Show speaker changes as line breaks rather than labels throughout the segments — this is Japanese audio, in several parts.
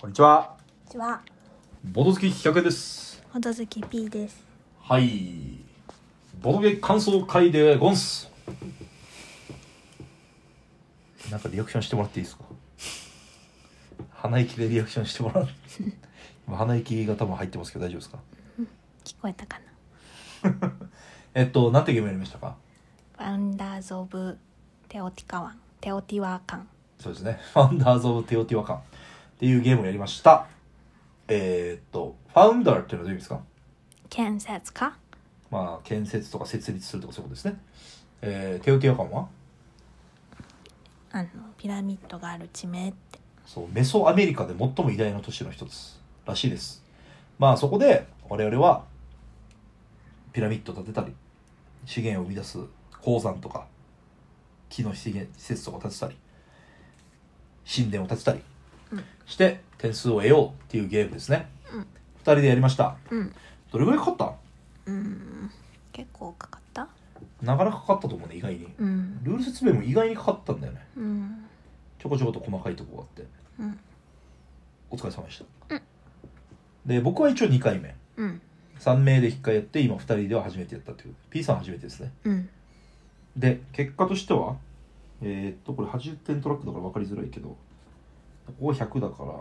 こんにちは。
こんにちは、
ボド付き100円です。
ほどずき P です。
はい。ボドゲ感想会でゴンス。なんかリアクションしてもらっていいですか鼻息でリアクションしてもら う。今鼻息が多分入ってますけど大丈夫ですか
聞こえたか
えっと、なんてゲームやりましたか
な。ワンダーズオブテオティカワン、テオティワーカン。
そうですね。ファンダーズ・オブ・テオティワカンっていうゲームをやりました。えーっと、ファウンダーっていうのはどういう意味ですか
建設か。
まあ、建設とか設立するとかそういうことですね。えー、テオティワカンは
あのピラミッドがある地名って。
そう、メソアメリカで最も偉大な都市の一つらしいです。まあそこで我々はピラミッドを建てたり、資源を生み出す鉱山とか、木の資源施設とかを建てたり、神殿を建てたりして点数を得ようっていうゲームですね。
う
二、
ん
人でやりました。
うん、
どれぐらいかかった
うん、結構かかった。
なかなかかかったと思うね、意外に。
うん、
ルール説明も意外にかかったんだよね。
うん、
ちょこちょこと細かいとこがあって。
うん、
お疲れ様でした。
うん
で、僕は一応2回目。
うん、
3名で1回やって今2人では初めてやったという P さん初めてですね
うん、
で結果としてはえーっとこれ80点トラックだから分かりづらいけどここは100だから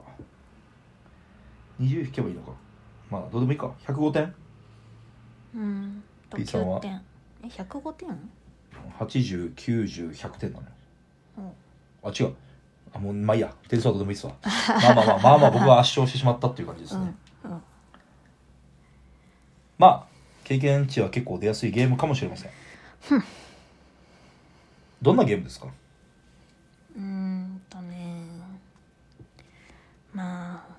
20引けばいいのかまあどうでもいいか105点
うん。と
P さんは
9点。え、105点？
8090100点なのよ
うん
あ違うあもうまあいいや点数はどうでもいいっすわまあまあまあまあまあ僕は圧勝してしまったっていう感じです
う
ね、
ん、うん、
まあ経験値は結構出やすいゲームかもしれませんどんなゲームですか
うーんとねまあ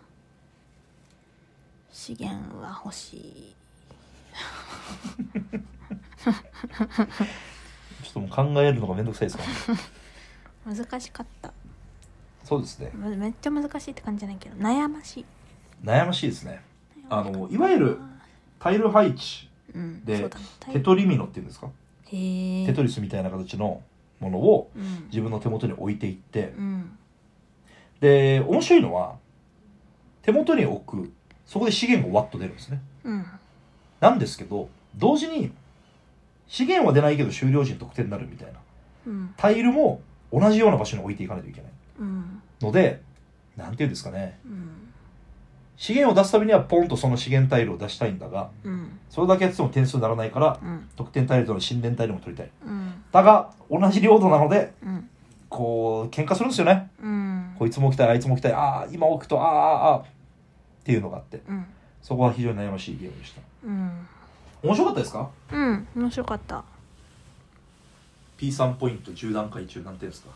資源は欲しい
ちょっともう考えるのがめんどくさいですからね
難しかった
そうですね。
むめっちゃ難しいって感じじゃないけど悩ましい
悩ましいですね。あの、いわゆるタイル配置、
うん
で
そうだねタイ
テトリミノっていうんですか、
へえ
テトリスみたいな形のものを
うん
自分の手元に置いていって、
うん
で、面白いのは、手元に置く、そこで資源がワッと出るんですね。
うん
なんですけど、同時に、資源は出ないけど終了時に得点になるみたいな。
うん
タイルも同じような場所に置いていかないといけない。
うん
ので、なんていうんですかね。
うん
資源を出すためにはポンとその資源タイルを出したいんだが、
うん
それだけやってても点数にならないから、
うん
得点タイルとの神殿タイルも取りたい。
うん
だが、同じ領土なので、
うん
こう、喧嘩するんですよね。
うん
こいつも置きたい、あいつも置きたい、ああ、今置くと、ああ、ああ、っていうのがあって、
うん
そこは非常に悩ましいゲームでした。
うん
面白かったですか
うん面白かった
?P3 ポイント10段階中何点ですか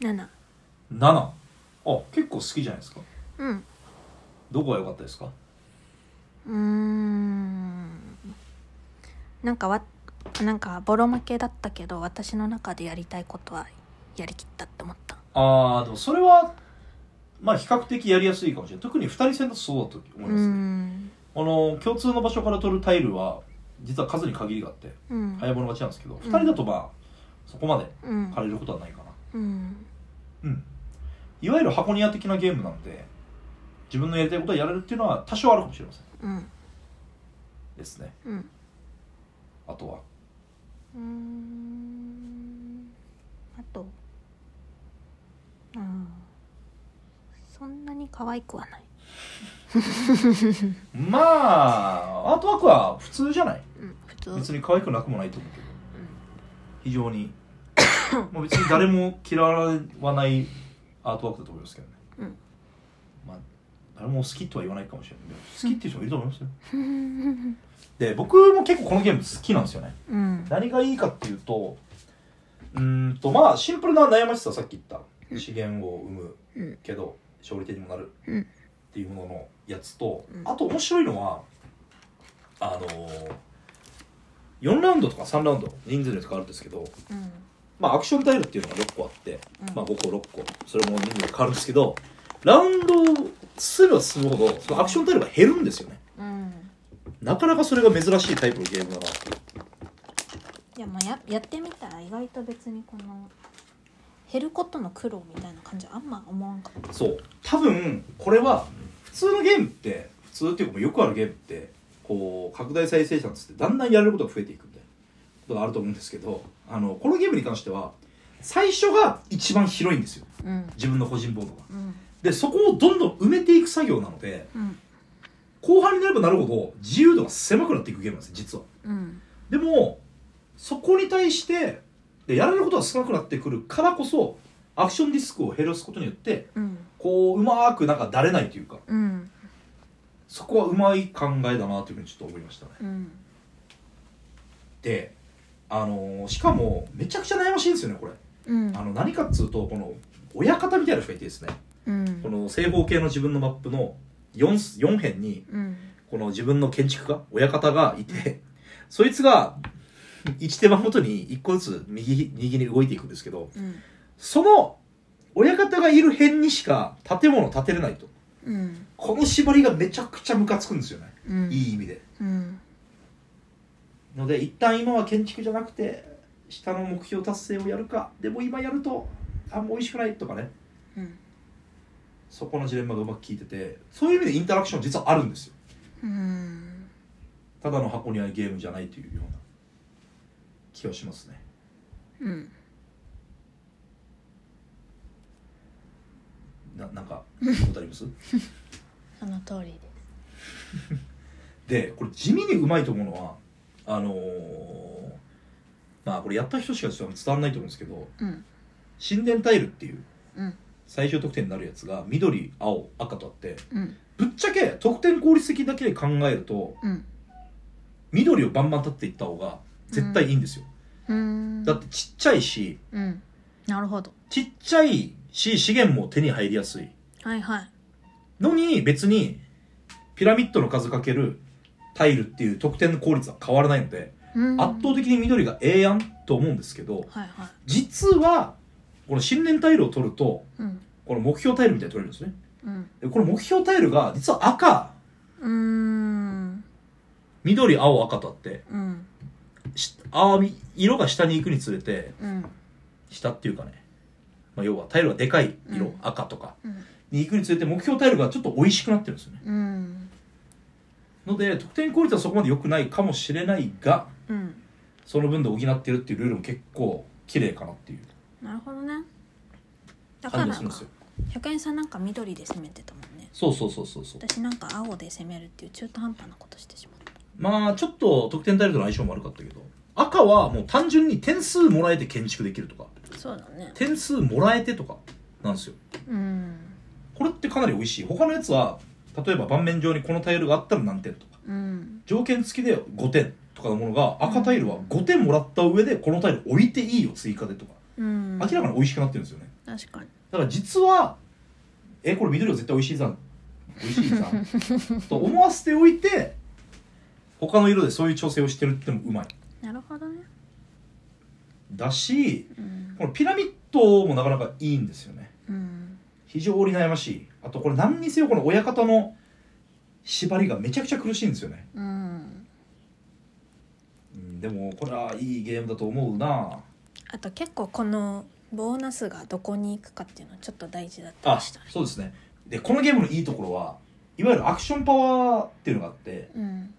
7
?7。あ、結構好きじゃないですか。
うん
どこが良かったですか
うーんなんかわなんかボロ負けだったけど私の中でやりたいことはやりきったって思った
ああ、でもそれは、まあ比較的やりやすいかもしれない。特に2人戦だとそうだと思
うーん
あの、共通の場所から取るタイルは、実は数に限りがあって、
うん
早物勝ちなんですけど、二人だとまあそこまで
うん
借りることはないかな
うん
うんいわゆる箱庭的なゲームなので自分のやりたいことをやれるっていうのは多少あるかもしれません
うん
ですね
うん
あとは
うーんあとうんそんなに可愛くはない
まあアートワークは普通じゃない
うん普通
別に可愛くなくもないと思うけど非常に まあ別に誰も嫌わないアートワークだと思いますけどね、
うん
まあ誰も好きとは言わないかもしれないけど好きっていう人もいると思い ますよ
うん
で僕も結構このゲーム好きなんですよね
うん
何がいいかっていうとうーんとまあシンプルな悩ましささっき言った
うん
資源を生む
うん
けど勝利手にもなる
うん
っていうもののやつと
うん
あと面白いのはあのー、4ラウンドとか3ラウンド人数によって変わるんですけど、
うん
まあ、アクションタイルっていうのが6個あって、
うん
まあ、5個6個それも人数に変わるんですけどラウンドすれば進むほどそのアクションタイルが減るんですよね
うん
なかなかそれが珍しいタイプのゲームだなっていう
いやまあややってみたら意外と別にこの減ることの苦労みたいな感じはあんま思わんかった
そう多分これは普通のゲームって普通っていうかもうよくあるゲームってこう拡大再生産つってだんだんやれることが増えていくみたいなことがあると思うんですけどあのこのゲームに関しては最初が一番広いんですよ
うん
自分の個人ボードが
うん
でそこをどんどん埋めていく作業なので
うん
後半になればなるほど自由度が狭くなっていくゲームなんです実は
うん
でもそこに対してでやれることが少なくなってくるからこそアクションディスクを減らすことによって
うん
こううまくなんかだれないというか
うん
そこはうまい考えだなというふうにちょっと思いましたね
うん
であのーしかもめちゃくちゃ悩ましいんですよねこれ
うん
あの何かっつうとこの親方みたいな人がいてですね
うん
この正方形の自分のマップの 4, 四辺に
うん
この自分の建築家親方がいて そいつが1手間ごとに1個ずつ右右に動いていくんですけど
うん
その親方がいる辺にしか建物を建てれないと
うん
この縛りがめちゃくちゃムカつくんですよね
うん
いい意味で
うん
ので一旦今は建築じゃなくて下の目標達成をやるかでも今やるとあんま美味しくないとかね
うん
そこのジレンマがうまく効いててそういう意味でインタラクション実はあるんですよ
うん
ただの箱にあるゲームじゃないというような気はしますね
うん
ななんかことあります
その通りです
でこれ地味にうまいと思うのはあのーまあこれやった人しか伝わんないと思うんですけど
うん
神殿タイルっていう
うん
最終得点になるやつが緑青赤とあって
うん
ぶっちゃけ得点効率的だけで考えると
うん
緑をバンバン立っていった方が絶対いいんですよ、
うん
だってちっちゃいし
うんなるほど
ちっちゃいし資源も手に入りやすい
はいはい
のに別にピラミッドの数かけるタイルっていう得点の効率は変わらないので、
うん
圧倒的に緑がええやんと思うんですけど
はいはい
実はこの新年タイルを取ると
うん
この目標タイルみたいに取れるんですね
うん
でこの目標タイルが実は赤
うん
緑青赤とあって
うん
しあーみ色が下に行くにつれて
うん
下っていうかね、まあ、要はタイルがでかい色、
うん
赤とか
うん
に行くにつれて目標タイルがちょっと美味しくなってるんですよね
うん
ので得点効率はそこまで良くないかもしれないが
うん
その分で補ってるっていうルールも結構綺麗かなっていう
なるほどねだか
感じが
ら
するんですよ
百円さんなんか緑で攻めてたもんね
そうそうそうそうそう
私なんか青で攻めるっていう中途半端なことしてしまった
まあちょっと得点タイルとの相性も悪かったけど赤はもう単純に点数もらえて建築できるとか
そうだね
点数もらえてとかなんですよ
うん
これってかなり美味しい他のやつは例えば盤面上にこのタイルがあったら何点とか
うん
条件付きで5点とかのものが赤タイルは5点もらった上でこのタイル置いていいよ追加でとか
うん
明らかに美味しくなってるんですよね
確かに
だから実はえこれ緑は絶対美味しいじゃん美味しいじゃん と思わせておいて他の色でそういう調整をしてるってのもうまい
なるほどね
だし
うん
このピラミッドもなかなかいいんですよね
うん
非常に悩ましいあとこれ何にせよこの親方の縛りがめちゃくちゃ苦しいんですよね、
うん
うんでもこれはいいゲームだと思うな
あと結構このボーナスがどこに行くかっていうのはちょっと大事だった
あ
りしたね
そうですねでこのゲームのいいところはいわゆるアクションパワーっていうのがあって
うん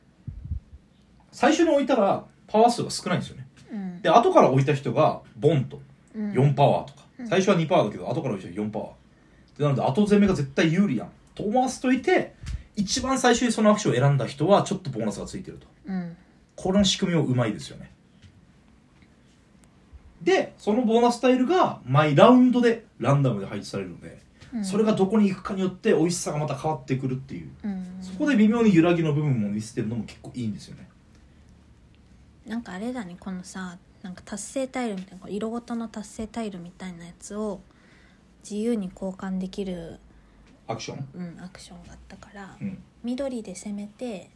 最初に置いたらパワー数が少ないんですよね
うん
で後から置いた人がボンと
うん
4パワーとか、
うん
最初は2パワーだけど後から置いた人は4パワーでなので後攻めが絶対有利やんと思わせといて一番最初にそのアクションを選んだ人はちょっとボーナスがついてると
うん
この仕組みもうまいですよねでそのボーナスタイルが毎ラウンドでランダムで配置されるので、
うん
それがどこに行くかによって美味しさがまた変わってくるっていう
うん
そこで微妙に揺らぎの部分も見せてるのも結構いいんですよね
なんかあれだねこのさなんか達成タイルみたいなこう色ごとの達成タイルみたいなやつを自由に交換できる、
アクション
うん、アクションがあったから
うん
緑で攻めて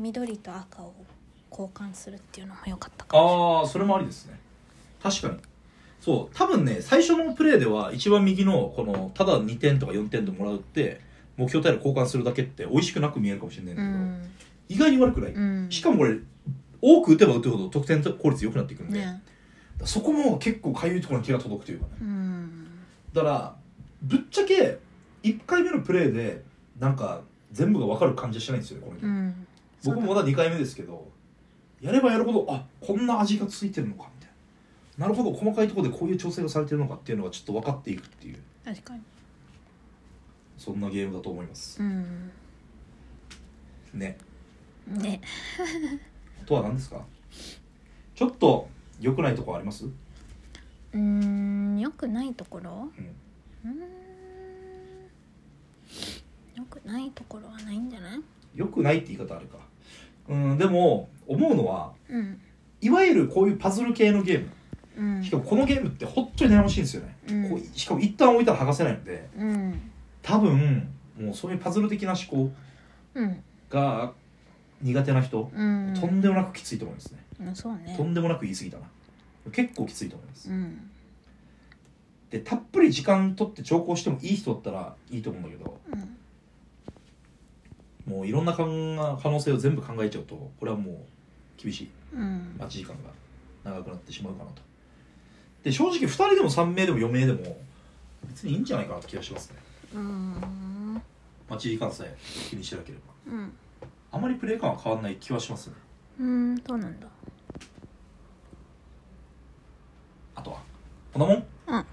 緑と赤を交換するっていうのも良かったかも
ああそれもありですね確かにそう多分ね最初のプレイでは一番右のこのただ2点とか4点でもらうって目標タイル交換するだけって美味しくなく見えるかもしれないん
しれ
だけど、
ない
意外に悪くない、
うん、うん、
しかもこれ多く打てば打てほど得点効率良くなっていくんで、
ね
そこも結構かゆいところに手が届くというかね
うん
だからぶっちゃけ1回目のプレイでなんか全部が分かる感じはしないんですよねこの
う
人
ん
僕も
そう
まだ2回目ですけどやればやるほどあこんな味がついてるのかみたいななるほど細かいところでこういう調整がされてるのかっていうのがちょっと分かっていくっていう
だ確かに
そんなゲームだと思います
うん
ね
ね
あとは何ですかちょっと良くないとこあります
うーんよくないところ
うん
うーんよくないところはないんじゃない
良くないって言い方あるかうんでも思うのは
うん
いわゆるこういうパズル系のゲー
うん
ムしかもこのゲームって本当に悩ましいんですよね、
うん
こうしかも一旦置いたら剥がせないので
うん
多分もうそういうパズル的な思考
うん
が苦手な人、
うん
とんでもなくきついと思いますね、
うんそうね
とんでもなく言い過ぎたな結構きついと思います、
うん
でたっぷり時間取って調校してもいい人だったらいいと思うんだけど
うん
もういろんな考え可能性を全部考えちゃうとこれはもう厳しい
うん
待ち時間が長くなってしまうかなとで正直2人でも3名でも4名でも別にいいんじゃないかなって気がしますね
うん
待ち時間さえ気にしてなければ
うん
あまりプレイ感は変わらない気はしますね
うんそうなんだ
あとはこんなもん、
うん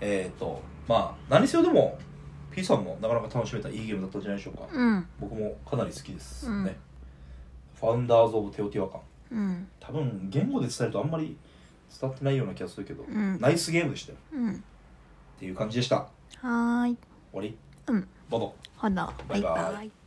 えっ、とまあ何せよでも P さんもなかなか楽しめたいいゲームだったんじゃないでしょうか、
うん
僕もかなり好きです、
うん
ねファウンダーズ・オブ・テオティワカン
うん
多分言語で伝えるとあんまり伝わってないような気がするけど、
うん
ナイスゲームでしたよ
うん
っていう感じでした
はーい
終わり
うん
どうぞ
ほな
バ
バ
イ
イ
バイ
バイ